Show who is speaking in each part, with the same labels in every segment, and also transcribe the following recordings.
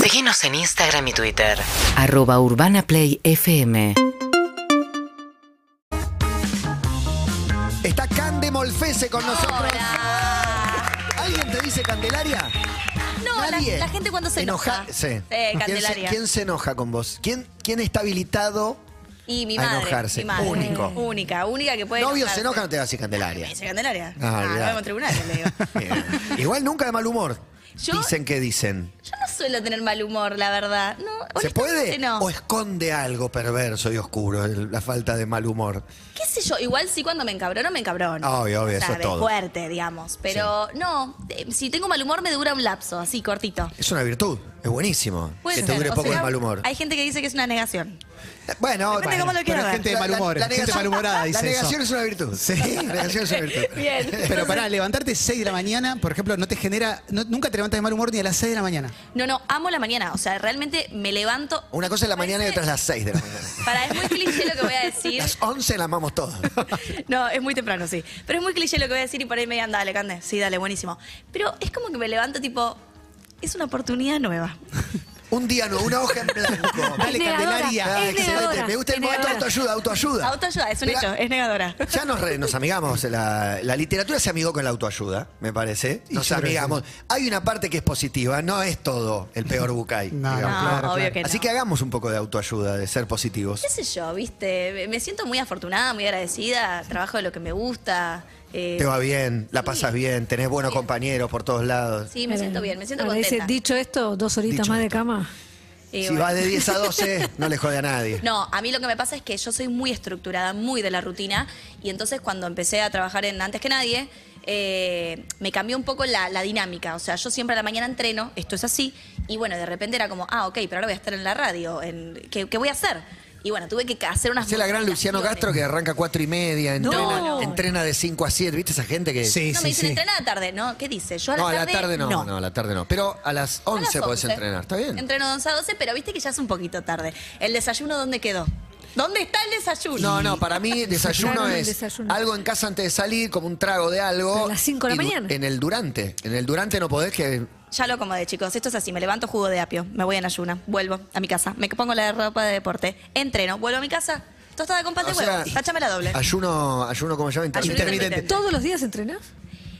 Speaker 1: Seguinos en Instagram y Twitter.
Speaker 2: Arroba Urbana Play FM.
Speaker 3: Está Cande Molfese con nosotros. ¿Alguien te dice Candelaria?
Speaker 4: No, la,
Speaker 3: Nadie.
Speaker 4: la gente cuando se enoja.
Speaker 3: Enoja- Sí.
Speaker 4: Sí,
Speaker 3: ¿Quién, se,
Speaker 4: Candelaria.
Speaker 3: quién se enoja con vos? ¿Quién, quién está habilitado?
Speaker 4: Y mi
Speaker 3: A
Speaker 4: madre.
Speaker 3: enojarse.
Speaker 4: Mi madre.
Speaker 3: Único.
Speaker 4: Única, única que puede.
Speaker 3: Novio se
Speaker 4: enojarse.
Speaker 3: enoja, no te va a decir Candelaria.
Speaker 4: Me dice Candelaria.
Speaker 3: Ah,
Speaker 4: Ah,
Speaker 3: olvidate.
Speaker 4: nos vemos en tribunales, le digo.
Speaker 3: Bien. Igual nunca de mal humor.
Speaker 4: Yo-
Speaker 3: Dicen que dicen.
Speaker 4: Yo no suelo tener mal humor, la verdad. No,
Speaker 3: ¿Se
Speaker 4: honestamente
Speaker 3: puede?
Speaker 4: No.
Speaker 3: ¿O esconde algo perverso y oscuro el- la falta de mal humor?
Speaker 4: ¿Qué sé yo? Igual sí cuando me encabrono, me encabrono.
Speaker 3: Ah, Obvio, obvio,
Speaker 4: O sea,
Speaker 3: eso es
Speaker 4: de
Speaker 3: todo.
Speaker 4: fuerte, digamos. Pero no, eh, si tengo mal humor me dura un lapso, así, cortito.
Speaker 3: Es una virtud, es buenísimo.
Speaker 4: Puede
Speaker 3: que te
Speaker 4: ser,
Speaker 3: dure
Speaker 4: o
Speaker 3: poco
Speaker 4: sea,
Speaker 3: el mal humor.
Speaker 4: Hay gente que dice que es una negación.
Speaker 3: Bueno,
Speaker 4: Depende
Speaker 3: bueno,
Speaker 4: cómo lo quieras
Speaker 3: pero
Speaker 4: ver.
Speaker 5: gente de mal humor, gente malhumorada dice
Speaker 3: La negación
Speaker 5: eso.
Speaker 3: es una virtud.
Speaker 5: Sí.
Speaker 3: La negación es una virtud.
Speaker 4: Bien.
Speaker 5: Pero pará, levantarte 6 de la mañana, por ejemplo, no te genera. no- nunca te levantas de mal humor ni a las 6 de la mañana.
Speaker 4: No, no, amo la mañana. O sea, realmente me levanto.
Speaker 3: Una cosa es la mañana y
Speaker 4: Parece-
Speaker 3: otra es las 6 de la mañana.
Speaker 4: Para, es muy cliché lo que voy a decir.
Speaker 3: Las 11 la amamos todas.
Speaker 4: No, es muy temprano, sí. Pero es muy cliché lo que voy a decir y por ahí me digan, dale, Cande, sí, dale, buenísimo. Pero es como que me levanto tipo, es una oportunidad nueva.
Speaker 3: Un día no, una hoja en blanco.
Speaker 5: Dale, Candelaria.
Speaker 3: Ah,
Speaker 6: Es
Speaker 3: excelente.
Speaker 6: negadora,
Speaker 3: Me gusta el
Speaker 6: es
Speaker 3: momento
Speaker 6: negadora.
Speaker 3: autoayuda, autoayuda.
Speaker 4: Autoayuda, es un
Speaker 3: Pero
Speaker 4: hecho, es negadora.
Speaker 3: Ya nos, re- nos amigamos, la, la literatura se amigó con la autoayuda, me parece.
Speaker 5: Y
Speaker 3: Nos
Speaker 5: yo creo que
Speaker 3: amigamos. Hay una parte que es positiva, no es todo el peor bucay.
Speaker 5: No, no,
Speaker 3: digamos.
Speaker 4: No,
Speaker 5: claro,
Speaker 4: obvio
Speaker 5: claro.
Speaker 4: que no.
Speaker 3: Así que hagamos un poco de autoayuda, de ser positivos.
Speaker 4: qué sé yo, viste, Me- me siento muy afortunada, muy agradecida, trabajo de lo que me gusta. eh,
Speaker 3: Te va bien, la pasas bien, tenés buenos compañeros por todos lados.
Speaker 4: Sí, me siento bien, me siento
Speaker 6: Ahora
Speaker 4: contenta.
Speaker 6: dice, dicho esto, dos horitas
Speaker 3: Dicho
Speaker 6: más de
Speaker 3: esto.
Speaker 6: cama.
Speaker 4: Y
Speaker 3: Si
Speaker 4: bueno.
Speaker 3: vas de 10 a 12, no le jode a nadie.
Speaker 4: No, a mí lo que me pasa es que yo soy muy estructurada, muy de la rutina, y entonces cuando empecé a trabajar en Antes que Nadie, eh, me cambió un poco la, la dinámica. O sea, yo siempre a la mañana entreno, esto es así, y bueno, de repente era como, ah, ok, pero ahora voy a estar en la radio, en, ¿qué, qué voy a hacer? Y bueno, tuve que hacer unas...
Speaker 3: Hacé la gran Luciano Castro que arranca 4 y media, entrena,
Speaker 6: No.
Speaker 3: entrena de 5 a 7. ¿Viste esa gente que.?
Speaker 5: Sí,
Speaker 4: No, me
Speaker 5: sí,
Speaker 4: dicen,
Speaker 5: sí.
Speaker 4: entrena a la tarde, ¿no? ¿Qué dice? Yo a la
Speaker 3: No, a
Speaker 4: tarde...
Speaker 3: la tarde no, no, a la tarde no. Pero a las 11
Speaker 4: A las
Speaker 3: podés
Speaker 4: 11.
Speaker 3: entrenar, ¿está bien?
Speaker 4: Entreno de 11 a 12, pero viste que ya es un poquito tarde. ¿El desayuno dónde quedó? ¿Dónde está el desayuno?
Speaker 3: No, no, para mí desayuno
Speaker 6: Claro, el
Speaker 3: es
Speaker 6: desayuno.
Speaker 3: algo en casa antes de salir, como un trago de algo.
Speaker 6: A las cinco de la
Speaker 3: y du-
Speaker 6: mañana.
Speaker 3: En el durante. En el durante no podés que.
Speaker 4: Ya lo acomodé, chicos. Esto es así. Me levanto jugo de apio, me voy en ayuna, vuelvo a mi casa, me pongo la ropa de deporte, entreno, vuelvo a mi casa, tostada con pan de
Speaker 3: o sea,
Speaker 4: huevo, táchame la doble.
Speaker 3: Ayuno, ayuno, ¿cómo se llama?
Speaker 4: Ayuno
Speaker 3: Intermitente.
Speaker 4: intermitente.
Speaker 6: ¿Todos los días entrenás?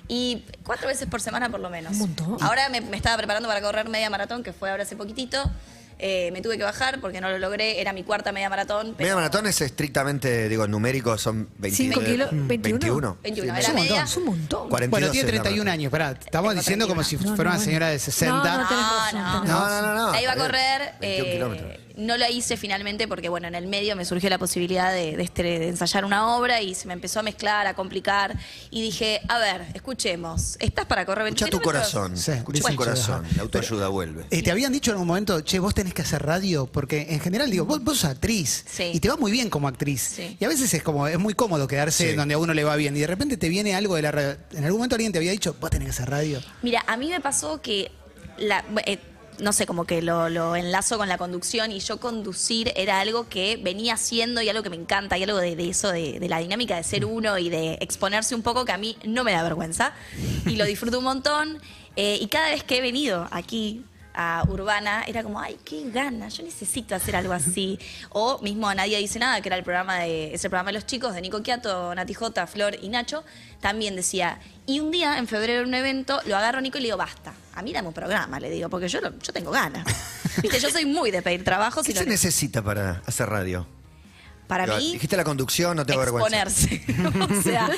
Speaker 4: Y cuatro veces por semana por lo menos.
Speaker 6: Un montón.
Speaker 4: Ahora me, me estaba preparando para correr media maratón, que fue ahora hace poquitito. Eh, me tuve que bajar porque no lo logré. Era mi cuarta media maratón. pero-
Speaker 3: Media maratón es estrictamente, digo, numérico, son 29.
Speaker 6: Cinco kilos,
Speaker 3: 21.
Speaker 6: 21.
Speaker 4: 21,
Speaker 3: Sí,
Speaker 4: era
Speaker 6: Es un
Speaker 4: media.
Speaker 6: montón, es un montón.
Speaker 3: 42
Speaker 5: Bueno, tiene
Speaker 3: es la
Speaker 5: 31
Speaker 3: maratón.
Speaker 5: años, pará. Estamos
Speaker 4: Tengo
Speaker 5: diciendo como si
Speaker 4: 31.
Speaker 5: fuera una
Speaker 6: bueno.
Speaker 5: señora de 60.
Speaker 6: No, no, tenés
Speaker 4: Ah,
Speaker 6: razón,
Speaker 4: no.
Speaker 6: tenés
Speaker 3: No, no,
Speaker 6: razón.
Speaker 3: no. no.
Speaker 4: la iba a
Speaker 3: ver,
Speaker 4: correr,
Speaker 3: 21
Speaker 4: eh,
Speaker 3: kilómetros.
Speaker 4: no la hice finalmente porque, bueno, en el medio me surgió la posibilidad de, de este- de ensayar una obra y se me empezó a mezclar, a complicar. Y dije, a ver, escuchemos, ¿estás para correr 20
Speaker 3: Escucha tu
Speaker 4: kilómetros?
Speaker 3: corazón.
Speaker 5: Sí,
Speaker 3: escucha tu
Speaker 5: dicen que
Speaker 3: corazón.
Speaker 5: baja.
Speaker 3: La autoayuda vuelve.
Speaker 5: Eh, ¿Te habían dicho en algún momento, che, vos tenés que hacer radio? Porque en general, digo, vos, vos sos actriz
Speaker 4: Sí.
Speaker 5: y te va muy bien como actriz.
Speaker 4: Sí.
Speaker 5: Y a veces es como, es muy cómodo quedarse
Speaker 3: Sí.
Speaker 5: en donde a uno le va bien. Y de repente te viene algo de la radio. ¿En algún momento alguien te había dicho, vos tenés que hacer radio?
Speaker 4: Mira, a mí me pasó que, la- eh, no sé, como que lo, lo enlazo con la conducción y yo conducir era algo que venía haciendo y algo que me encanta y algo de, de eso, de, de la dinámica de ser uno y de exponerse un poco que a mí no me da vergüenza y lo disfruto un montón. Eh, y cada vez que he venido aquí a Urbana era como, ay, qué gana, yo necesito hacer algo así. O mismo a Nadie Dice Nada, que era el programa de, ese programa de los chicos, de Nico Quiato, Nati Jota, Flor y Nacho, también decía, y un día, en febrero, en un evento, lo agarro a Nico y le digo, basta, a mí dame un programa, le digo, porque yo, no- yo tengo ganas. Viste, yo soy muy de pedir trabajo,
Speaker 3: ¿Qué
Speaker 4: sino
Speaker 3: se
Speaker 4: que
Speaker 3: necesita para hacer radio?
Speaker 4: para
Speaker 3: Digo,
Speaker 4: mí...
Speaker 3: Dijiste la conducción, no te da vergüenza.
Speaker 4: Exponerse. o sea,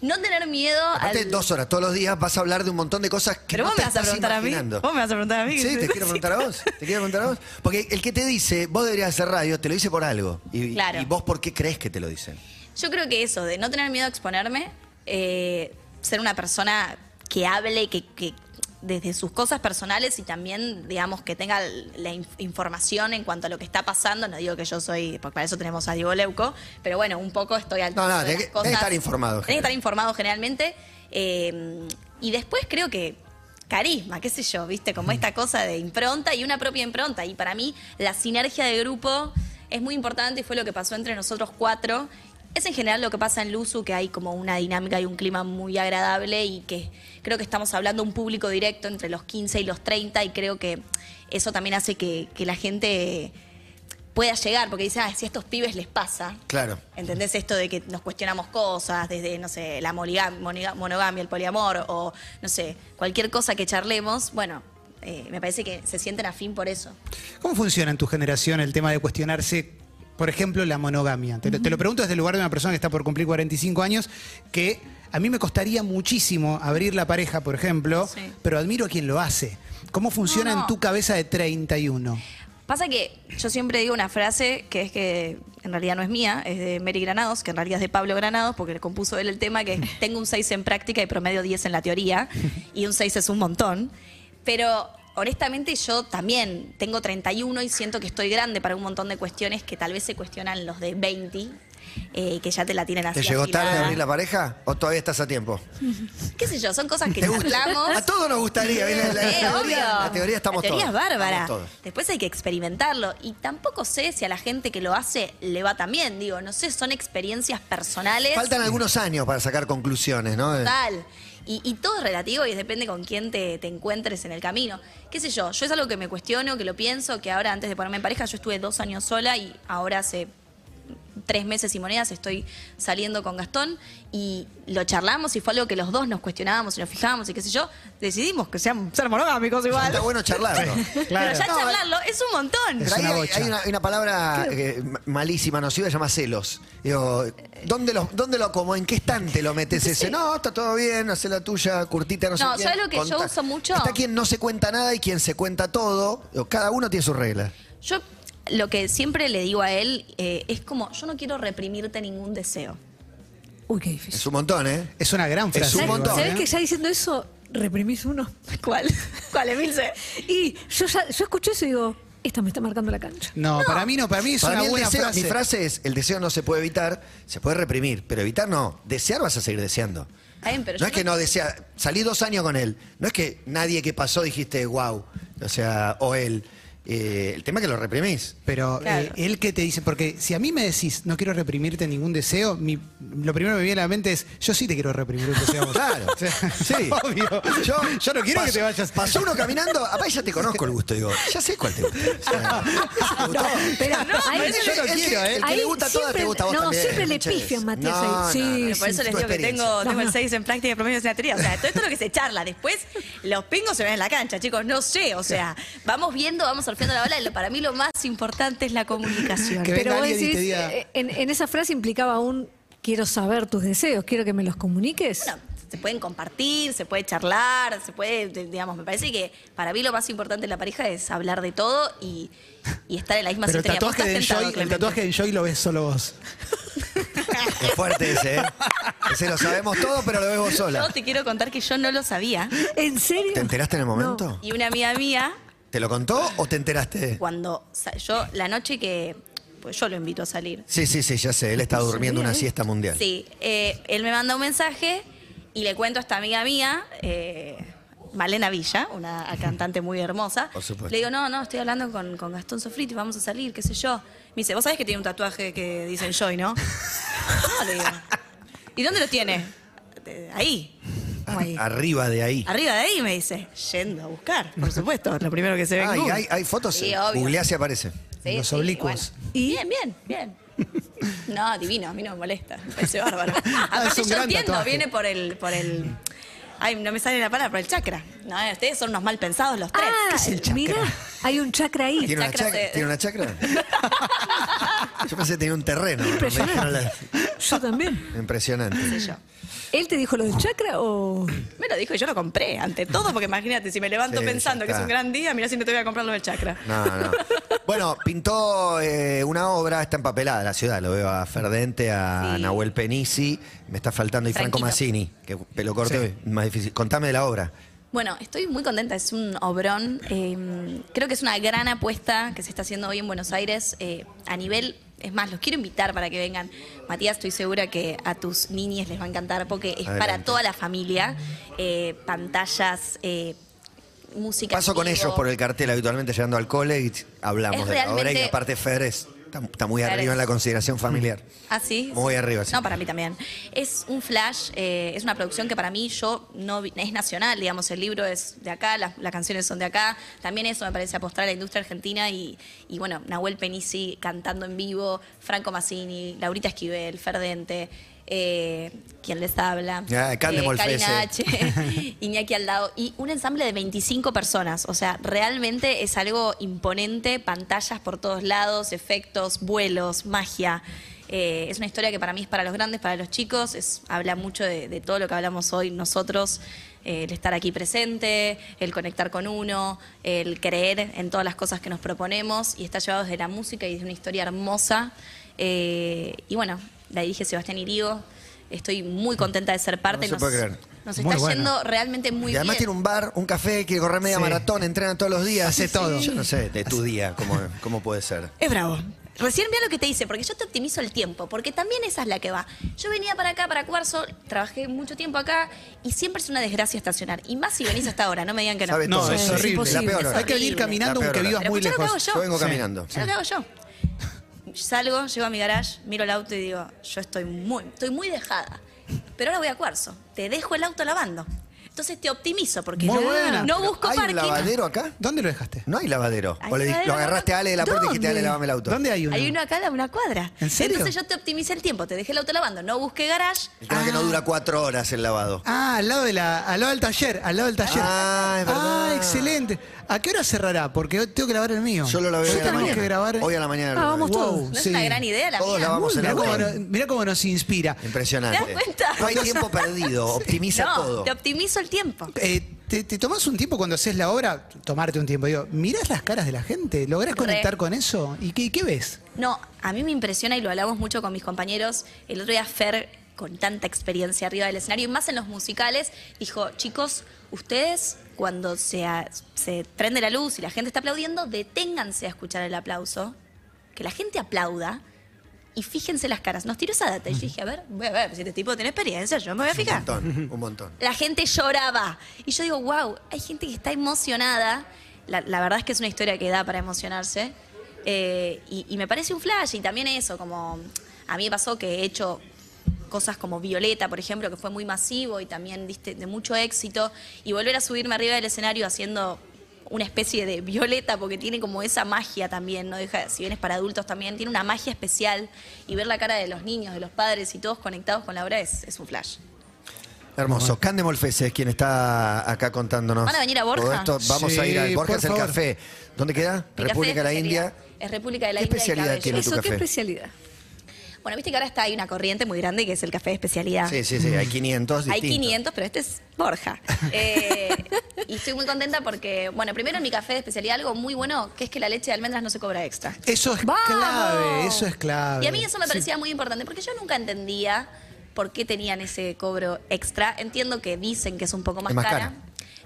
Speaker 4: no tener miedo
Speaker 3: Aparte,
Speaker 4: al-
Speaker 3: dos horas todos los días vas a hablar de un montón de cosas que
Speaker 4: Pero
Speaker 3: no
Speaker 4: vos
Speaker 3: te
Speaker 4: me vas a
Speaker 3: estás
Speaker 4: preguntar a mí.
Speaker 3: imaginando.
Speaker 4: Vos me vas a preguntar a mí.
Speaker 3: Sí, te quiero preguntar a vos. Te quiero preguntar a vos. Porque el que te dice, vos deberías hacer radio, te lo dice por algo. Y,
Speaker 4: Claro.
Speaker 3: y vos por qué crees que te lo dicen.
Speaker 4: Yo creo que eso, de no tener miedo a exponerme, eh, ser una persona que hable, que, que desde sus cosas personales y también, digamos, que tenga la in- información en cuanto a lo que está pasando. No digo que yo soy, porque para eso tenemos a Diego Leuco, pero bueno, un poco estoy al
Speaker 3: No, no,
Speaker 4: tanto de
Speaker 3: tenés
Speaker 4: las
Speaker 3: que- tenés que
Speaker 4: cosas.
Speaker 3: estar informado,
Speaker 4: Tenés que
Speaker 3: general.
Speaker 4: estar informado generalmente. eh, y después creo que carisma, qué sé yo, viste, como esta cosa de impronta y una propia impronta. Y para mí la sinergia de grupo es muy importante y fue lo que pasó entre nosotros cuatro. Es en general lo que pasa en Luzu, que hay como una dinámica y un clima muy agradable y que creo que estamos hablando a un público directo entre los 15 y los 30 y creo que eso también hace que, que la gente pueda llegar, porque dice, ah, si a estos pibes les pasa,
Speaker 3: Claro.
Speaker 4: ¿Entendés esto de que nos cuestionamos cosas, desde, no sé, la moliga- moniga- monogamia, el poliamor o, no sé, cualquier cosa que charlemos? Bueno, eh, me parece que se sienten afín por eso.
Speaker 5: ¿Cómo funciona en tu generación el tema de cuestionarse, por ejemplo, la monogamia? Te, lo- te lo pregunto desde el lugar de una persona que está por cumplir 45 años, que a mí me costaría muchísimo abrir la pareja, por ejemplo,
Speaker 4: Sí.
Speaker 5: pero admiro a quien lo hace. ¿Cómo
Speaker 4: No,
Speaker 5: funciona en
Speaker 4: no.
Speaker 5: tu cabeza de 31?
Speaker 4: Pasa que yo siempre digo una frase que es que en realidad no es mía, es de Mary Granados, que en realidad es de Pablo Granados, porque le compuso él el tema, que es, tengo un 6 en práctica y promedio 10 en la teoría, y un 6 es un montón. Pero honestamente yo también tengo 31 y siento que estoy grande para un montón de cuestiones que tal vez se cuestionan los de 20, eh, que ya te la tienen así.
Speaker 3: ¿Te llegó tarde
Speaker 4: afilada.
Speaker 3: abrir la pareja o todavía estás a tiempo?
Speaker 4: ¿Qué sé yo? Son cosas que
Speaker 3: ¿Te gusta?
Speaker 4: charlamos.
Speaker 3: A todos nos gustaría. ¿ves? La, la- la
Speaker 4: Eh,
Speaker 3: teoría,
Speaker 4: obvio.
Speaker 3: la teoría estamos
Speaker 4: La teoría
Speaker 3: todos.
Speaker 4: es bárbara.
Speaker 3: Estamos todos.
Speaker 4: Después hay que experimentarlo. Y tampoco sé si a la gente que lo hace le va tan bien. Digo, no sé, son experiencias personales.
Speaker 3: Faltan algunos años para sacar conclusiones, ¿no?
Speaker 4: Total. Y, y todo es relativo y depende con quién te, te encuentres en el camino. ¿Qué sé yo? Yo es algo que me cuestiono, que lo pienso, que ahora antes de ponerme en pareja yo estuve dos años sola y ahora hace tres meses y monedas estoy saliendo con Gastón y lo charlamos y fue algo que los dos nos cuestionábamos y nos fijábamos y qué sé yo, decidimos que sean ser monogámicos igual.
Speaker 3: Está bueno charlarlo.
Speaker 5: Claro.
Speaker 4: Pero ya
Speaker 5: No,
Speaker 4: charlarlo es un montón.
Speaker 5: Es
Speaker 3: Pero ahí
Speaker 5: una
Speaker 3: hay,
Speaker 5: bocha.
Speaker 3: hay una, hay una palabra eh, ma- malísima, nociva, se llama celos. Digo, ¿dónde lo, dónde lo como? ¿En qué estante lo metes ese? No, está todo bien, hacé la tuya, curtita, no, sé
Speaker 4: No,
Speaker 3: quién.
Speaker 4: ¿sabes lo que yo uso mucho?
Speaker 3: Está quien no se cuenta nada y quien se cuenta todo. Digo, Cada uno tiene sus reglas.
Speaker 4: Yo lo que siempre le digo a él eh, es como, yo no quiero reprimirte ningún deseo.
Speaker 6: Uy, qué
Speaker 3: Es
Speaker 6: difícil.
Speaker 3: un montón, ¿eh?
Speaker 5: Es una gran
Speaker 3: Es un
Speaker 5: frase.
Speaker 6: ¿Sabes-
Speaker 3: montón,
Speaker 6: ¿Sabes
Speaker 3: ¿eh?
Speaker 6: que ya diciendo eso reprimís uno?
Speaker 4: ¿Cuál? ¿Cuál, Emilce?
Speaker 6: Y yo, ya, yo escuché eso y digo, esta me está marcando la cancha.
Speaker 5: No, para mí no, para mí es
Speaker 3: Para
Speaker 5: una
Speaker 3: mí el
Speaker 5: buena
Speaker 3: deseo-
Speaker 5: frase.
Speaker 3: Mi frase es, el deseo no se puede evitar, se puede reprimir, pero evitar no. Desear vas a seguir deseando.
Speaker 4: Está bien, pero
Speaker 3: no
Speaker 4: yo
Speaker 3: es que no desea, salí dos años con él. No es que nadie que pasó dijiste, wow, o sea, o él. Eh, el tema es que lo reprimís.
Speaker 5: Pero
Speaker 4: Claro.
Speaker 5: eh, él que te dice, porque si a mí me decís no quiero reprimirte ningún deseo, mi- lo primero que me viene a la mente es yo sí te quiero reprimir un deseo. a vos.
Speaker 3: Claro,
Speaker 5: O sea,
Speaker 3: sí.
Speaker 5: obvio. Yo, no quiero que
Speaker 3: paso-
Speaker 5: te vayas.
Speaker 3: Pasó uno caminando, apá ya te conozco el gusto, digo, ya sé cuál te gusta. O sea, ese te gustó.
Speaker 6: Espera,
Speaker 5: pero
Speaker 6: ahí-
Speaker 5: yo no
Speaker 3: El que-
Speaker 5: quiero, ¿eh?
Speaker 3: El que le gusta a todas,
Speaker 6: siempre-
Speaker 3: te gusta a vos
Speaker 6: no,
Speaker 3: también.
Speaker 6: siempre le
Speaker 3: Che,
Speaker 6: pifian, Matías,
Speaker 3: no,
Speaker 6: ahí.
Speaker 3: no,
Speaker 6: Sí,
Speaker 3: no,
Speaker 6: sí,
Speaker 4: Pero por eso
Speaker 3: tu
Speaker 4: les digo que
Speaker 3: experiencia.
Speaker 4: tengo, tengo el
Speaker 6: Ajá.
Speaker 4: 6 en práctica y promedio en la teoría. O sea, todo esto es lo que se charla. Después, los pingos se ven en la cancha, chicos. No sé, o sea, vamos viendo, vamos surfeando la ola. y lo- Para mí lo más importante es la comunicación.
Speaker 5: Que venga
Speaker 6: Pero vos
Speaker 5: alguien y
Speaker 6: decís,
Speaker 5: te diga-
Speaker 6: eh, en, en esa frase implicaba un quiero saber tus deseos, quiero que me los comuniques.
Speaker 4: Bueno, se pueden compartir, se puede charlar, se puede, de- digamos, me parece que para mí lo más importante en la pareja es hablar de todo y, y estar en la misma
Speaker 5: Pero el
Speaker 4: sintonía. Vos
Speaker 5: tatuaje, de
Speaker 4: estás tentado,
Speaker 5: Enjoy, el
Speaker 4: Clemente.
Speaker 5: tatuaje de Enjoy lo ves solo vos.
Speaker 3: Es fuerte ese, ¿eh? Ese lo sabemos todo, pero lo ves vos sola.
Speaker 4: Yo te quiero contar que yo no lo sabía.
Speaker 6: ¿En serio?
Speaker 3: ¿Te enteraste en el momento?
Speaker 4: Y una amiga mía,
Speaker 3: ¿Te lo contó o te enteraste?
Speaker 4: cuando sa- yo, la noche que. Pues yo lo invito a salir.
Speaker 3: Sí, sí, sí, ya sé. Él está durmiendo una siesta mundial.
Speaker 4: Sí, eh, él me manda un mensaje y le cuento a esta amiga mía, eh, Malena Villa, una cantante muy hermosa.
Speaker 3: Por supuesto.
Speaker 4: Le digo, no, no, estoy hablando con, con Gastón Sofriti, vamos a salir, qué sé yo. Me dice, vos sabés que tiene un tatuaje que dicen Joy, ¿no? no, le digo. ¿Y dónde lo tiene? "Eh, Ahí.
Speaker 3: A-
Speaker 4: "¿Cómo ahí?
Speaker 3: Ah, Arriba de ahí.
Speaker 4: Arriba de ahí, me dice. Yendo a buscar, por supuesto, lo primero que se ve en
Speaker 3: Ay,
Speaker 4: Google.
Speaker 3: hay, hay fotos. eh.
Speaker 4: Sí, obvio.
Speaker 3: Googleá si aparece.
Speaker 4: Sí,
Speaker 5: Los
Speaker 4: sí,
Speaker 5: oblicuos.
Speaker 4: bueno. Bien, bien, bien. No, divino, a mí no me molesta. Me parece bárbaro.
Speaker 5: Ah, es
Speaker 4: Aparte,
Speaker 5: un
Speaker 4: yo
Speaker 5: gran
Speaker 4: entiendo,
Speaker 5: tatuaje.
Speaker 4: viene por el, por el. Ay, no me sale la palabra, por el chakra. No, eh, ustedes son unos mal pensados los tres.
Speaker 6: Ah,
Speaker 5: ¿Qué es el chakra?
Speaker 6: mirá, hay un chakra ahí.
Speaker 3: ¿Tiene una,
Speaker 4: chakra
Speaker 3: chacra,
Speaker 4: se-
Speaker 3: ¿Tiene una chacra? Yo pensé que tenía un terreno. me dijeron
Speaker 6: Impresionante.
Speaker 3: la-
Speaker 6: Yo también.
Speaker 3: Impresionante.
Speaker 6: ¿Él te dijo lo del chakra o...?
Speaker 4: Me lo dijo y yo lo compré, ante todo, porque imagínate, si me levanto
Speaker 3: Sí, ya
Speaker 4: pensando que es
Speaker 3: está.
Speaker 4: un gran día, mira si no te voy a comprar lo del chakra.
Speaker 3: No, no. Bueno, pintó eh, una obra, está empapelada la ciudad, lo veo a Ferdente, a
Speaker 4: Sí.
Speaker 3: Nahuel Penisi, me está faltando y Franco
Speaker 4: Franquito.
Speaker 3: Massini, que pelo corto
Speaker 5: Sí.
Speaker 3: es más difícil. Contame de la obra.
Speaker 4: Bueno, estoy muy contenta, es un obrón. eh, creo que es una gran apuesta que se está haciendo hoy en Buenos Aires eh, a nivel. Es más, los quiero invitar para que vengan. Matías, estoy segura que a tus niñes les va a encantar porque es para
Speaker 3: Adelante.
Speaker 4: toda la familia. eh, pantallas, eh, música. en
Speaker 3: Paso con
Speaker 4: vivo.
Speaker 3: ellos por el cartel habitualmente llegando al cole y hablamos
Speaker 4: Es
Speaker 3: de la obra y
Speaker 4: realmente-
Speaker 3: aparte Fer es Está, está muy
Speaker 4: Claro.
Speaker 3: arriba en la consideración familiar.
Speaker 4: ¿Ah, sí?
Speaker 3: Muy
Speaker 4: Sí.
Speaker 3: arriba, sí.
Speaker 4: No, para mí también. Es un flash, eh, es una producción que para mí yo no vi- es nacional, digamos, el libro es de acá, las, las canciones son de acá. También eso me parece apostar a la industria argentina y, y bueno, Nahuel Penisi cantando en vivo, Franco Massini, Laurita Esquivel, Ferdente. Eh, quien les habla. eh,
Speaker 3: Ah, Cande Molfese.
Speaker 4: Karina H. Iñaki al lado. Y un ensamble de 25 personas. O sea, realmente es algo imponente. Pantallas por todos lados, efectos, vuelos, magia. Eh, es una historia que para mí es para los grandes, para los chicos. Es, habla mucho de, de todo lo que hablamos hoy nosotros. eh, el estar aquí presente, el conectar con uno, el creer en todas las cosas que nos proponemos. Y está llevado desde la música y desde una historia hermosa. Eh, y bueno, la dirige Sebastián Irigo. Estoy muy contenta de ser parte.
Speaker 3: No se puede creer.
Speaker 4: nos
Speaker 5: Muy
Speaker 4: está
Speaker 5: bueno.
Speaker 4: yendo realmente muy
Speaker 3: y además
Speaker 4: bien.
Speaker 3: tiene un bar, un café, quiere correr media
Speaker 5: Sí.
Speaker 3: maratón, entrena todos los días.
Speaker 5: Hace todo.
Speaker 3: Yo no sé, de tu día, cómo, cómo puede ser.
Speaker 4: Es bravo. Recién mira lo que te hice, porque yo te optimizo el tiempo, porque también esa es la que va. Yo venía para acá, para Cuarzo, trabajé mucho tiempo acá y siempre es una desgracia estacionar. Y más si venís hasta ahora, no me digan que no.
Speaker 3: Sabe
Speaker 5: No,
Speaker 3: todo.
Speaker 5: es
Speaker 6: Sí,
Speaker 5: horrible.
Speaker 6: es
Speaker 3: La peor hora.
Speaker 5: Hay que venir
Speaker 4: horrible.
Speaker 5: caminando
Speaker 3: La
Speaker 5: aunque
Speaker 3: peor
Speaker 5: vivas
Speaker 4: Pero
Speaker 5: muy
Speaker 4: escuchá lo que hago
Speaker 5: lejos.
Speaker 4: yo.
Speaker 3: Yo vengo
Speaker 5: Sí.
Speaker 3: caminando.
Speaker 4: Es lo que hago yo. Salgo, llego a mi garage, miro el auto y digo, yo estoy muy, estoy muy dejada. Pero ahora voy a Cuarzo. Te dejo el auto lavando. Entonces te optimizo porque
Speaker 5: Muy
Speaker 4: no-
Speaker 5: buena.
Speaker 4: no busco
Speaker 3: ¿Hay
Speaker 4: parking.
Speaker 3: un lavadero acá?
Speaker 5: ¿Dónde lo dejaste?
Speaker 3: No hay lavadero.
Speaker 4: Hay
Speaker 3: o le di-
Speaker 4: lavadero
Speaker 3: lo agarraste a Ale de la puerta y dijiste, Ale,
Speaker 6: ¿Dónde?
Speaker 3: lavame el auto.
Speaker 5: ¿Dónde hay uno?
Speaker 4: Hay uno acá a una cuadra.
Speaker 5: ¿En serio?
Speaker 4: Entonces yo te optimicé el tiempo, te dejé el auto lavando, no busqué garage.
Speaker 3: El tema es
Speaker 4: Ah.
Speaker 3: que no dura cuatro horas el lavado.
Speaker 5: Ah, al lado, de la, al lado del taller, al lado del taller.
Speaker 3: Ah, es verdad.
Speaker 5: Ah, excelente. ¿A qué hora cerrará? Porque hoy tengo que grabar el mío.
Speaker 3: Yo lo lavé hoy a la
Speaker 5: tengo que
Speaker 3: mañana.
Speaker 5: grabar.
Speaker 3: Hoy a la mañana.
Speaker 6: Ah,
Speaker 3: lo lavé.
Speaker 6: vamos
Speaker 5: Wow,
Speaker 6: todos.
Speaker 4: No es
Speaker 5: sí.
Speaker 4: una gran idea la
Speaker 3: Todos
Speaker 4: mía.
Speaker 3: lavamos el
Speaker 5: Mirá
Speaker 3: auto.
Speaker 5: cómo, no- mirá cómo nos inspira.
Speaker 3: Impresionante.
Speaker 4: ¿Te das cuenta?
Speaker 3: No hay tiempo perdido, optimiza
Speaker 4: no,
Speaker 3: todo.
Speaker 4: te optimizo el tiempo.
Speaker 5: Eh, ¿te, te tomás un tiempo cuando haces la obra? Tomarte un tiempo. Digo, ¿mirás las caras de la gente? ¿Lográs
Speaker 4: Re.
Speaker 5: conectar con eso? ¿Y qué, qué ves?
Speaker 4: No, a mí me impresiona y lo hablamos mucho con mis compañeros. El otro día Fer, con tanta experiencia arriba del escenario y más en los musicales, dijo, chicos, ustedes cuando se, a- se prende la luz y la gente está aplaudiendo, deténganse a escuchar el aplauso, que la gente aplauda y fíjense las caras. Nos tiró esa data y yo dije, a ver, voy a ver, si este tipo tiene experiencia, yo me voy a
Speaker 3: Un
Speaker 4: fijar.
Speaker 3: montón, un montón.
Speaker 4: La gente lloraba. Y yo digo, wow, hay gente que está emocionada. La, la verdad es que es una historia que da para emocionarse. Eh, y, y me parece un flash. Y también eso, como a mí me pasó que he hecho cosas como Violeta, por ejemplo, que fue muy masivo y también diste de mucho éxito. Y volver a subirme arriba del escenario haciendo una especie de Violeta, porque tiene como esa magia también, no deja, si bien es para adultos también, tiene una magia especial. Y ver la cara de los niños, de los padres y todos conectados con la obra es- es un flash.
Speaker 3: Hermoso. Cande Molfese es quien está acá contándonos.
Speaker 4: ¿Van a venir a Borja?
Speaker 3: Todo esto. Vamos a ir
Speaker 5: Sí,
Speaker 3: al Borja
Speaker 5: por
Speaker 3: es el
Speaker 5: favor.
Speaker 3: café. ¿Dónde queda?
Speaker 4: Mi café
Speaker 3: República de la
Speaker 4: es
Speaker 3: India.
Speaker 4: especialidad. Es República de la
Speaker 3: ¿Qué
Speaker 4: India. y
Speaker 3: especialidad
Speaker 4: cabello.
Speaker 3: tiene tu
Speaker 6: Eso, qué
Speaker 3: café?
Speaker 6: especialidad.
Speaker 4: Bueno, viste que ahora está, hay una corriente muy grande que es el café de especialidad.
Speaker 3: Sí, sí, sí. Hay 500
Speaker 4: Mm. Hay
Speaker 3: distintos.
Speaker 4: 500, pero este es Borja. Eh, y estoy muy contenta porque, bueno, primero en mi café de especialidad algo muy bueno, que es que la leche de almendras no se cobra extra.
Speaker 5: Eso es
Speaker 6: ¡Vamos!
Speaker 5: clave, eso es clave.
Speaker 4: Y a mí eso me
Speaker 5: Sí.
Speaker 4: parecía muy importante porque yo nunca entendía por qué tenían ese cobro extra. Entiendo que dicen que es un poco más,
Speaker 3: Es más
Speaker 4: cara,
Speaker 3: cara.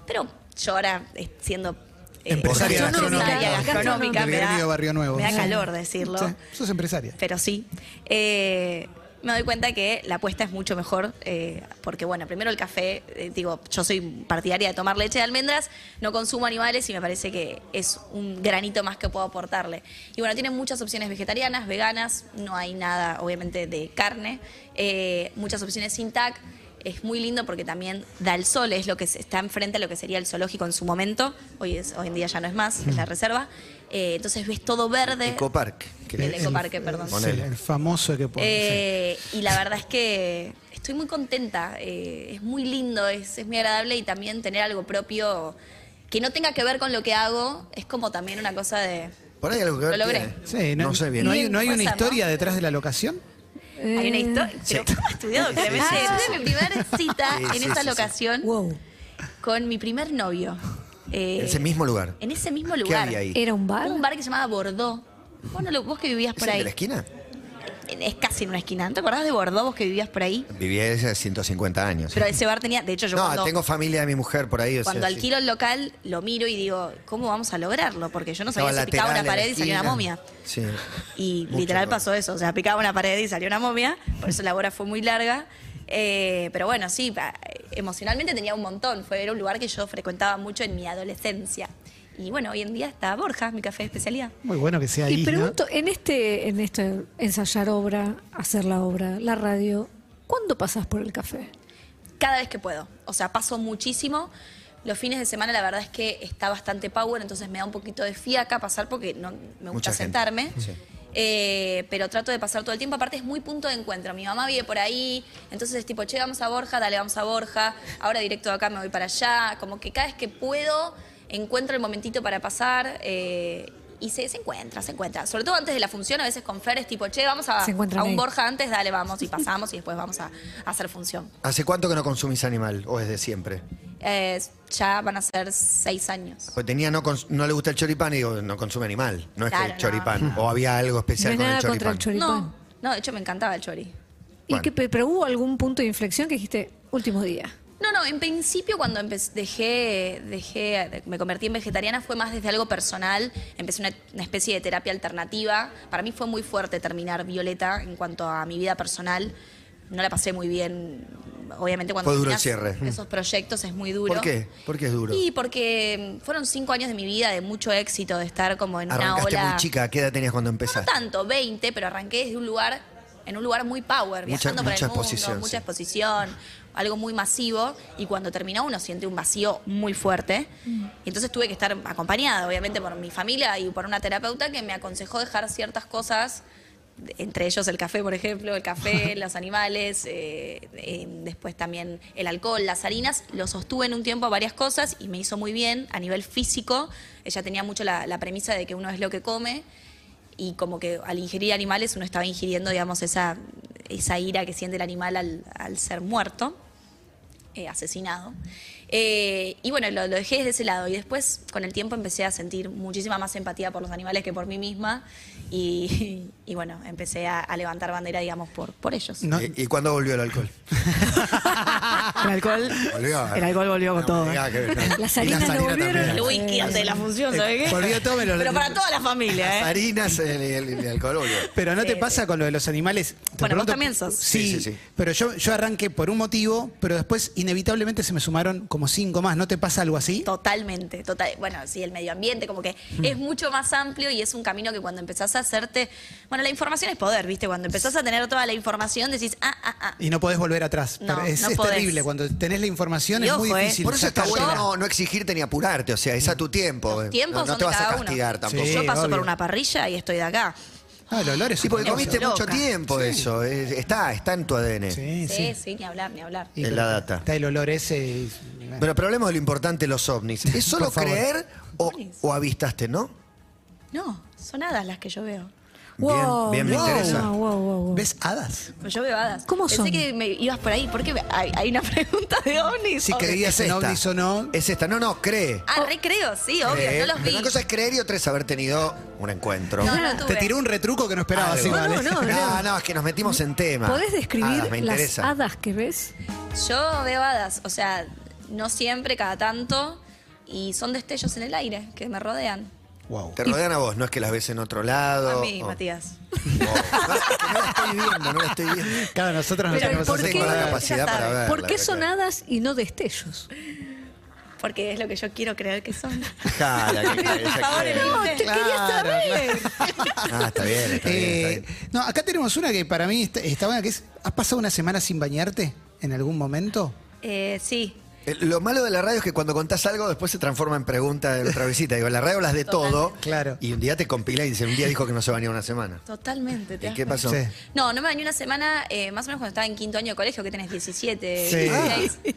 Speaker 4: pero yo ahora eh, siendo eh,
Speaker 5: Empresaria
Speaker 4: gastronómica,
Speaker 6: gastronómica.
Speaker 4: gastronómica,
Speaker 5: Del
Speaker 4: me da-
Speaker 5: gremio Barrio Nuevo.
Speaker 4: me da
Speaker 5: Sí.
Speaker 4: calor decirlo.
Speaker 5: Sí, Sos empresaria.
Speaker 4: pero sí. Eh, me doy cuenta que la apuesta es mucho mejor, eh, porque bueno, primero el café, eh, digo, yo soy partidaria de tomar leche de almendras, no consumo animales y me parece que es un granito más que puedo aportarle. Y bueno, tiene muchas opciones vegetarianas, veganas, no hay nada obviamente de carne, eh, muchas opciones sin TAC, es muy lindo porque también da el sol, es lo que se- está enfrente a lo que sería el zoológico en su momento, hoy, es, hoy en día ya no es más, es la reserva, Eh, entonces ves todo verde.
Speaker 3: Ecopark. que
Speaker 4: El
Speaker 3: le-
Speaker 4: ecoparque, perdón.
Speaker 5: Sí, el famoso que pone.
Speaker 4: Eh, Y la verdad es que estoy muy contenta. eh, es muy lindo, es, es muy agradable y también tener algo propio que no tenga que ver con lo que hago es como también una cosa de.
Speaker 3: Por ahí algo que ver
Speaker 4: Lo logré.
Speaker 3: tiene.
Speaker 5: sí. Sí, no,
Speaker 3: no sé bien.
Speaker 5: ¿No hay, no hay una
Speaker 4: Pasa, ¿no?
Speaker 5: historia detrás de la locación?
Speaker 4: Hay una
Speaker 6: Eh,
Speaker 4: historia.
Speaker 3: Sí.
Speaker 4: Pero ¿cómo ha estudiado
Speaker 3: Sí, sí,
Speaker 4: Clemente?
Speaker 3: sí, sí,
Speaker 4: Tuve mi primera cita
Speaker 3: Sí, sí,
Speaker 4: en esa
Speaker 3: sí, sí.
Speaker 4: locación
Speaker 6: Wow.
Speaker 4: con mi primer novio. Eh,
Speaker 3: En ese mismo lugar.
Speaker 4: En ese mismo
Speaker 3: ¿Qué
Speaker 4: lugar.
Speaker 3: había ahí?
Speaker 6: ¿Era un bar?
Speaker 4: Un bar que se llamaba Bordeaux. Vos, no lo- vos que vivías
Speaker 3: ¿Es
Speaker 4: por
Speaker 3: el
Speaker 4: ahí.
Speaker 3: de la esquina?
Speaker 4: Es casi en una esquina. ¿No te acordás de Bordeaux vos que vivías por ahí?
Speaker 3: Vivía hace 150 años.
Speaker 4: Pero ese bar tenía. De hecho, yo
Speaker 3: no,
Speaker 4: cuando-
Speaker 3: tengo familia de mi mujer por ahí. o sea,
Speaker 4: Cuando
Speaker 3: sí.
Speaker 4: alquilo el local, lo miro y digo, ¿cómo vamos a lograrlo? Porque yo no sabía
Speaker 3: Estaba
Speaker 4: si picaba
Speaker 3: lateral
Speaker 4: una
Speaker 3: en la
Speaker 4: pared y salió una
Speaker 3: esquina.
Speaker 4: momia.
Speaker 3: Sí.
Speaker 4: Y
Speaker 3: Mucho
Speaker 4: literal
Speaker 3: dolor.
Speaker 4: pasó eso, o sea, picaba una pared y salió una momia, por eso la hora fue muy larga. Eh, pero bueno, sí, pa- emocionalmente tenía un montón, fue era un lugar que yo frecuentaba mucho en mi adolescencia. Y bueno, hoy en día está Borja, mi café de especialidad.
Speaker 5: Muy bueno que sea ahí.
Speaker 6: y
Speaker 5: ¿no?
Speaker 6: pregunto, en este, en este ensayar obra, hacer la obra, la radio, ¿cuándo pasás por el café?
Speaker 4: cada vez que puedo. O sea, paso muchísimo. Los fines de semana la verdad es que está bastante power, entonces me da un poquito de fiaca pasar porque no me gusta
Speaker 3: Mucha gente.
Speaker 4: sentarme.
Speaker 3: Sí.
Speaker 4: Eh, pero trato de pasar todo el tiempo. Aparte es muy punto de encuentro. Mi mamá vive por ahí, entonces es tipo, che, vamos a Borja, dale, vamos a Borja. Ahora directo de acá me voy para allá. Como que cada vez que puedo encuentro el momentito para pasar. eh, y se, se encuentra, se encuentra. Sobre todo antes de la función, a veces con Fer es tipo, che, vamos a,
Speaker 6: Se encuentran
Speaker 4: a un
Speaker 6: ahí.
Speaker 4: Borja antes, dale, vamos y pasamos y después vamos a- a hacer función.
Speaker 3: ¿Hace cuánto que no consumís animal? ¿O desde siempre?
Speaker 4: Eh, ya van a ser seis años.
Speaker 3: Porque Pues tenía no, cons- no le gusta el choripán y digo, no consume animal. No es
Speaker 4: Claro,
Speaker 3: que
Speaker 4: no.
Speaker 3: choripán. O había algo
Speaker 6: no
Speaker 3: especial
Speaker 6: hay
Speaker 3: con el
Speaker 6: nada
Speaker 3: choripán.
Speaker 6: contra el choripán.
Speaker 4: No, no, de hecho me encantaba el chori.
Speaker 6: Y
Speaker 3: Bueno.
Speaker 6: que, pe- pero hubo algún punto de inflexión que dijiste, último día.
Speaker 4: No, no, en principio cuando empe- dejé, dejé, me convertí en vegetariana fue más desde algo personal. Empecé una, una especie de terapia alternativa. Para mí fue muy fuerte terminar Violeta en cuanto a mi vida personal. No la pasé muy bien. Obviamente cuando
Speaker 3: Fue duro el
Speaker 4: terminás
Speaker 3: cierre. Mm.
Speaker 4: esos proyectos es muy duro.
Speaker 3: ¿Por qué? ¿Por qué es duro?
Speaker 4: Y porque mm, fueron cinco años de mi vida de mucho éxito, de estar como en
Speaker 3: Arrancaste
Speaker 4: una ola.
Speaker 3: muy chica. ¿Qué edad tenías cuando
Speaker 4: No
Speaker 3: empezaste?
Speaker 4: tanto, 20, pero arranqué desde un lugar, en un lugar muy
Speaker 3: Mucha-
Speaker 4: power, viajando por
Speaker 3: mucha
Speaker 4: el mundo,
Speaker 3: exposición,
Speaker 4: mucha
Speaker 3: sí.
Speaker 4: exposición, algo muy masivo. Y cuando terminó uno siente un vacío muy fuerte. Y entonces tuve que estar acompañada, obviamente, por mi familia y por una terapeuta que me aconsejó dejar ciertas cosas. Entre ellos el café, por ejemplo, el café, los animales, eh, eh, después también el alcohol, las harinas. Lo sostuve en un tiempo a varias cosas y me hizo muy bien a nivel físico. Ella tenía mucho la- la premisa de que uno es lo que come y como que al ingerir animales uno estaba ingiriendo, digamos, esa, esa ira que siente el animal al, al ser muerto, eh, asesinado. Eh, y bueno, lo, lo dejé desde ese lado y después con el tiempo empecé a sentir muchísima más empatía por los animales que por mí misma y, y bueno, empecé a, a levantar bandera, digamos, por, por ellos.
Speaker 5: No.
Speaker 3: ¿Y, y cuándo volvió el alcohol?
Speaker 7: El alcohol,
Speaker 3: Volvió.
Speaker 7: el alcohol volvió con
Speaker 3: No,
Speaker 7: todo.
Speaker 3: me digas que- no.
Speaker 6: Las
Speaker 3: Y
Speaker 6: harinas no
Speaker 3: harinas
Speaker 6: volvieron.
Speaker 3: también.
Speaker 4: El whisky antes de la función,
Speaker 5: Eh,
Speaker 4: ¿sabes qué?
Speaker 5: Volvió todo, pero-
Speaker 4: Pero para toda la familia, ¿eh?
Speaker 3: Las harinas, el, el- el alcohol volvió.
Speaker 5: Pero no
Speaker 4: Sí,
Speaker 5: te
Speaker 4: sí.
Speaker 5: pasa con lo de los animales. Te
Speaker 4: Bueno, vos también sos.
Speaker 5: Sí,
Speaker 3: Sí, sí, sí.
Speaker 5: pero yo, yo arranqué por un motivo, pero después inevitablemente se me sumaron como cinco más. ¿No te pasa algo así?
Speaker 4: Totalmente, total. Bueno, sí, el medio ambiente, como que
Speaker 3: Mm.
Speaker 4: es mucho más amplio y es un camino que cuando empezás a hacerte. Bueno, la información es poder, ¿viste? Cuando empezás a tener toda la información, decís, ah, ah, ah.
Speaker 5: Y no podés volver atrás.
Speaker 4: No,
Speaker 5: Pero es
Speaker 4: no
Speaker 5: es
Speaker 4: podés.
Speaker 5: terrible. Cuando tenés la información
Speaker 4: Y
Speaker 5: es muy
Speaker 4: ojo, ¿eh?
Speaker 5: difícil.
Speaker 3: Por eso está bueno
Speaker 5: sacártela.
Speaker 3: no, no exigirte ni apurarte, o sea, es a tu tiempo. eh.
Speaker 4: Los tiempos
Speaker 3: no, no
Speaker 4: son
Speaker 3: te
Speaker 4: de
Speaker 3: vas a
Speaker 4: cada
Speaker 3: castigar
Speaker 4: uno.
Speaker 3: tampoco.
Speaker 5: Sí.
Speaker 4: Yo paso por
Speaker 5: obvio.
Speaker 4: una parrilla y estoy de acá.
Speaker 5: Ah, el olor es
Speaker 3: Sí, porque
Speaker 5: otra cosa.
Speaker 3: comiste mucho
Speaker 4: loca.
Speaker 3: tiempo eso. es- está, está en tu ADN.
Speaker 5: Sí,
Speaker 4: Sí,
Speaker 5: sí.
Speaker 4: sí, ni hablar, ni hablar.
Speaker 5: Y
Speaker 3: Es
Speaker 5: pero
Speaker 3: la data.
Speaker 5: Está el olor ese. y-
Speaker 3: Pero hablemos de lo importante de los ovnis. ¿Es solo
Speaker 5: Por favor.
Speaker 3: creer o, o avistaste, no?
Speaker 4: No, son hadas las que yo veo.
Speaker 6: Wow,
Speaker 3: bien, bien me
Speaker 6: wow,
Speaker 3: interesa.
Speaker 6: wow, wow, wow, wow.
Speaker 5: ¿Ves hadas?
Speaker 4: Yo veo hadas.
Speaker 6: ¿Cómo
Speaker 4: Pensé
Speaker 6: son?
Speaker 4: que me ibas por ahí. ¿Por qué? me- Hay, hay una pregunta de ovnis.
Speaker 5: Si
Speaker 4: Obvio.
Speaker 5: creías
Speaker 3: es
Speaker 5: en
Speaker 3: esta.
Speaker 5: ovnis o no.
Speaker 3: Es esta. No, no, cree.
Speaker 4: Ah, recreo, sí,
Speaker 3: Cree.
Speaker 4: obvio, no
Speaker 3: Eh,
Speaker 4: los
Speaker 3: Pero
Speaker 4: vi.
Speaker 3: Una cosa es creer y otra es haber tenido un encuentro.
Speaker 4: No, no
Speaker 5: Te
Speaker 4: tuve.
Speaker 5: tiró un retruco que no esperabas.
Speaker 3: Algo.
Speaker 5: igual,
Speaker 6: No,
Speaker 5: ¿eh?
Speaker 6: no,
Speaker 3: no, no, es que nos metimos en tema.
Speaker 6: ¿Podés describir
Speaker 3: Ah, Hadas, me
Speaker 6: las
Speaker 3: interesa.
Speaker 6: hadas que ves?
Speaker 4: Yo veo hadas, o sea, no siempre, cada tanto, y son destellos en el aire que me rodean.
Speaker 5: Wow.
Speaker 3: Te rodean a vos, no es que las ves en otro lado.
Speaker 4: A mí,
Speaker 3: o-
Speaker 4: Matías.
Speaker 3: No, no, es que no la estoy viendo, no la estoy viendo.
Speaker 5: Claro, nosotros no
Speaker 6: Pero,
Speaker 5: tenemos
Speaker 6: ¿por
Speaker 5: ese
Speaker 6: qué?
Speaker 3: tengo la
Speaker 5: poder.
Speaker 3: capacidad
Speaker 4: Ya
Speaker 3: para
Speaker 4: sabe.
Speaker 3: verla.
Speaker 6: ¿Por qué son
Speaker 3: claro.
Speaker 6: hadas y no destellos?
Speaker 4: Porque es lo que yo quiero creer que son.
Speaker 3: Ja, la que- esa
Speaker 4: Por favor,
Speaker 3: que-
Speaker 4: elegiste.
Speaker 3: Ah, está bien, está bien, está
Speaker 5: Eh,
Speaker 3: bien.
Speaker 5: no, acá tenemos una que para mí está, está buena, que es, ¿has pasado una semana sin bañarte en algún momento?
Speaker 4: Eh, sí,
Speaker 3: Eh, Lo malo de la radio es que cuando contás algo después se transforma en pregunta de otra visita. Digo, en la radio hablas de todo.
Speaker 5: Claro.
Speaker 3: Y un día te compila y dice, un día dijo que no se bañó una semana.
Speaker 4: totalmente. ¿te
Speaker 3: ¿Y
Speaker 4: das
Speaker 3: qué
Speaker 4: cuenta?
Speaker 3: pasó?
Speaker 5: Sí.
Speaker 4: No, no me bañé una semana, eh, más o menos cuando estaba en quinto año de colegio, que tenés 17,
Speaker 5: Sí. Ah.
Speaker 4: 16.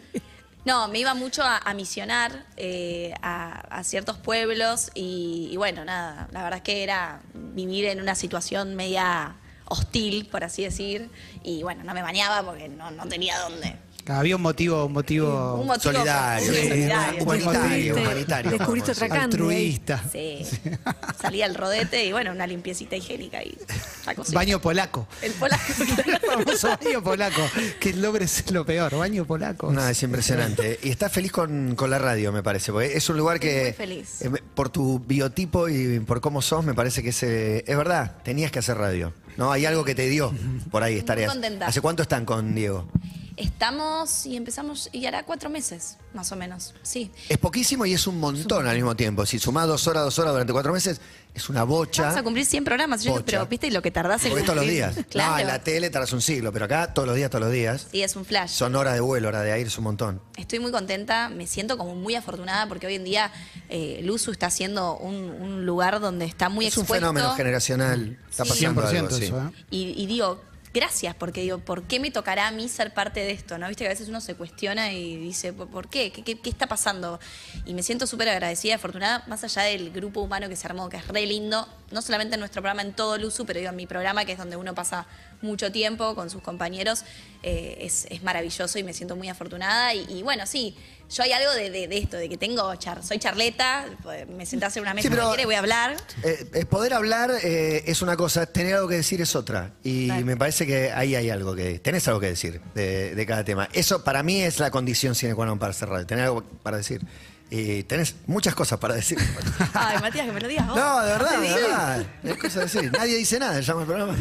Speaker 4: No, me iba mucho a, a misionar eh, a, a ciertos pueblos y, y bueno, nada, la verdad es que era vivir en una situación media hostil, por así decir, y bueno, no me bañaba porque no, no tenía dónde.
Speaker 5: Había un motivo, un motivo.
Speaker 4: Un motivo
Speaker 3: Solidario,
Speaker 4: sí,
Speaker 5: sí,
Speaker 4: solidario.
Speaker 5: un- un-
Speaker 3: humanitario,
Speaker 6: Descubriste-
Speaker 3: humanitario.
Speaker 6: Descubriste
Speaker 3: vamos a
Speaker 6: otra
Speaker 3: decir.
Speaker 6: candela.
Speaker 5: altruista.
Speaker 4: Sí. Salía al rodete y bueno, una limpiecita higiénica y la cosita.
Speaker 5: Baño polaco.
Speaker 4: El polaco.
Speaker 5: El famoso baño polaco. Que el nombre es lo peor, baño polaco.
Speaker 3: No, es impresionante. Y estás feliz con, con la radio, me parece. Porque es un lugar que.
Speaker 4: muy feliz.
Speaker 3: eh, me- por tu biotipo y por cómo sos, me parece que es, eh, es verdad. Tenías que hacer radio. ¿No? Hay algo que te dio por ahí estar.
Speaker 4: Muy contenta.
Speaker 3: ¿Hace cuánto están con Diego?
Speaker 4: Estamos y empezamos, y hará cuatro meses, más o menos. Sí.
Speaker 3: Es poquísimo y es un montón al mismo tiempo. Si sumás dos horas, dos horas durante cuatro meses, es una bocha.
Speaker 4: Vamos a cumplir 100 programas. Yo digo,
Speaker 3: Bocha.
Speaker 4: pero viste lo que tardás en
Speaker 3: Porque es todos los
Speaker 4: cumplir?
Speaker 3: días.
Speaker 4: Claro.
Speaker 3: No, en la tele tardas un siglo, pero acá todos los días, todos los días.
Speaker 4: sí, es un flash.
Speaker 3: Son horas de vuelo, horas de aire, es un montón.
Speaker 4: Estoy muy contenta, me siento como muy afortunada porque hoy en día eh, Luzu está siendo un, un lugar donde está muy
Speaker 3: es un
Speaker 4: expuesto.
Speaker 3: fenómeno generacional. Está
Speaker 4: Sí.
Speaker 3: pasando
Speaker 5: 100%
Speaker 3: algo, sí.
Speaker 5: eso, ¿eh?
Speaker 4: Y, y digo, gracias, porque digo, ¿por qué me tocará a mí ser parte de esto? ¿No? Viste que a veces uno se cuestiona y dice, "¿Por- ¿por qué? ¿Qué, qué- qué está pasando? Y me siento súper agradecida, afortunada, más allá del grupo humano que se armó, que es re lindo, no solamente en nuestro programa, en todo el uso, pero digo, en mi programa, que es donde uno pasa mucho tiempo con sus compañeros, eh, es, es maravilloso y me siento muy afortunada. Y, y bueno, sí. Yo hay algo de, de- de esto, de que tengo, char- soy charleta, pues, me sentás en una mesa
Speaker 3: Sí, pero-
Speaker 4: cuando quiere, voy a hablar.
Speaker 3: Eh, eh, poder hablar eh, es una cosa, tener algo que decir es otra. Y me parece que ahí hay algo que. Tenés algo que decir de, de cada tema. Eso para mí es la condición sine qua non para ser radio. Tener algo para decir. Y tenés muchas cosas para decir.
Speaker 4: Ay, Matías, que me lo digas vos.
Speaker 3: No, de verdad,
Speaker 4: te
Speaker 3: de
Speaker 4: digo.
Speaker 3: verdad. Hay cosas que decir. Nadie dice nada, llama el programa.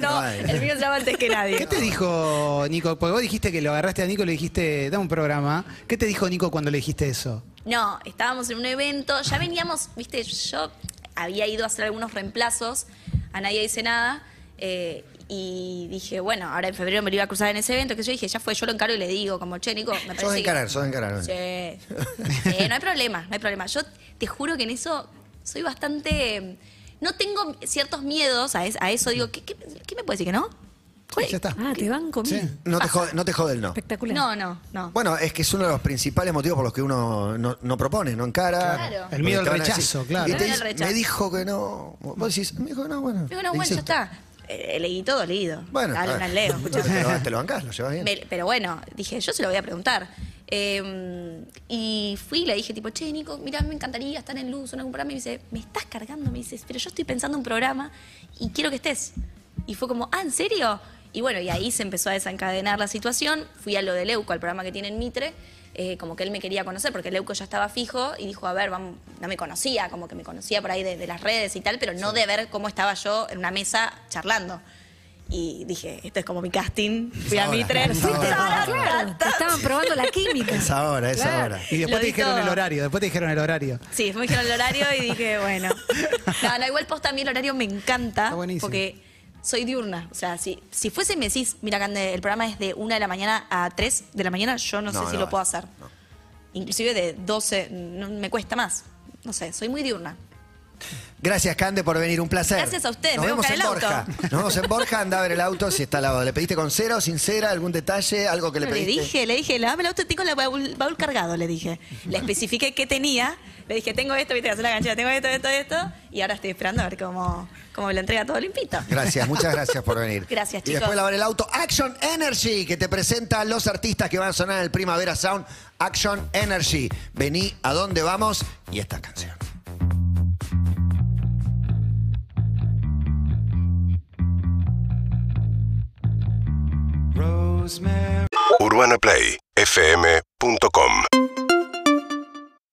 Speaker 4: no,
Speaker 3: Ay.
Speaker 4: el mío se llama antes que nadie.
Speaker 5: ¿Qué te dijo Nico? Porque vos dijiste que lo agarraste a Nico y le dijiste, dame un programa. ¿Qué te dijo Nico cuando le dijiste eso?
Speaker 4: No, estábamos en un evento, ya veníamos, viste, yo había ido a hacer algunos reemplazos, a nadie dice nada, eh, y dije, bueno, ahora en febrero me lo iba a cruzar en ese evento, que yo dije, ya fue, yo lo encaro y le digo, como, che, Nico, me parece
Speaker 3: Sos de
Speaker 4: que-
Speaker 3: encarar, sos de encarar.
Speaker 4: Sí. Sí, no hay problema, no hay problema. Yo te juro que en eso soy bastante. No tengo ciertos miedos a, es- a eso. Digo, ¿qué, qué, qué me puede decir que no?
Speaker 5: Ya está.
Speaker 6: Ah, te van comiendo.
Speaker 5: Sí.
Speaker 3: No te, jode, no te jode el no.
Speaker 6: Espectacular.
Speaker 4: No, no, no.
Speaker 3: Bueno, es que es uno de los principales motivos por los que uno no, no propone, no encara.
Speaker 4: Claro.
Speaker 5: El miedo al
Speaker 3: Porque te van a
Speaker 5: rechazo,
Speaker 3: decir-
Speaker 5: claro.
Speaker 3: y te
Speaker 4: El miedo al
Speaker 3: dice,
Speaker 4: rechazo.
Speaker 3: Me dijo que no. Vos decís, me dijo que no, bueno.
Speaker 4: Digo, no, bueno, ya
Speaker 3: insisto.
Speaker 4: está. Eh, leí todo, leído.
Speaker 3: Bueno,
Speaker 4: Dale
Speaker 3: a ver.
Speaker 4: unas leo.
Speaker 3: Te lo, te lo bancás, lo llevas bien.
Speaker 4: Me- pero bueno, dije, yo se lo voy a preguntar. Eh, y fui y le dije, tipo, che, Nico, mira, me encantaría estar en Luz en algún programa. Y me dice, me estás cargando, me dices, pero yo estoy pensando un programa y quiero que estés. Y fue como, ah, ¿en serio? Y bueno, y ahí se empezó a desencadenar la situación. Fui a lo de Leuco, al programa que tiene en Mitre. eh, como que él me quería conocer, porque Leuco ya estaba fijo y dijo, a ver, vamos, no me conocía, como que me conocía por ahí de, de las redes y tal, pero no de ver cómo estaba yo en una mesa charlando. Y dije, esto es como mi casting, fui a
Speaker 3: ahora,
Speaker 4: Mitre.
Speaker 3: es
Speaker 4: Ah,
Speaker 3: ahora.
Speaker 6: Claro, te estaban probando la química.
Speaker 3: Es ahora, es
Speaker 6: Claro.
Speaker 3: ahora.
Speaker 5: Y después
Speaker 4: Lo
Speaker 5: te
Speaker 4: di
Speaker 5: dijeron
Speaker 4: todo.
Speaker 5: el horario, después te dijeron el horario.
Speaker 4: Sí, después me dijeron el horario y dije, bueno. No, no, igual post también el horario me encanta.
Speaker 5: Está buenísimo.
Speaker 4: Porque soy diurna. O sea, si, si fuese y me decís, mira, Cande, el programa es de 1 de la mañana a 3 de la mañana, yo no,
Speaker 3: No,
Speaker 4: sé si
Speaker 3: no,
Speaker 4: lo puedo hacer. Inclusive de 12, no, me cuesta más. No sé, soy muy diurna.
Speaker 3: Gracias, Cande, por venir. Un placer.
Speaker 4: Gracias a ustedes,
Speaker 3: Nos
Speaker 4: me voy a
Speaker 3: vemos en
Speaker 4: buscar
Speaker 3: Borja.
Speaker 4: el auto.
Speaker 3: Nos vemos en Borja. Anda a ver el auto si está al lado. ¿Le pediste con cero, sincera, algún detalle, algo que le
Speaker 4: Le,
Speaker 3: pediste?
Speaker 4: dije, le dije, lavame el auto, tengo el baúl, baúl cargado, le dije. Le especifiqué qué tenía, le dije, tengo esto, viste, hacer la ganchera, tengo esto, esto, esto, y ahora estoy esperando a ver cómo, cómo me lo entrega todo limpito.
Speaker 3: Gracias, muchas gracias por venir.
Speaker 4: Gracias,
Speaker 3: Y
Speaker 4: chicos.
Speaker 3: después lavar el auto. Action Energy, que te presenta a los artistas que van a sonar en el Primavera Sound. Action Energy. Vení a dónde vamos y esta canción.
Speaker 8: UrbanaPlayFM.com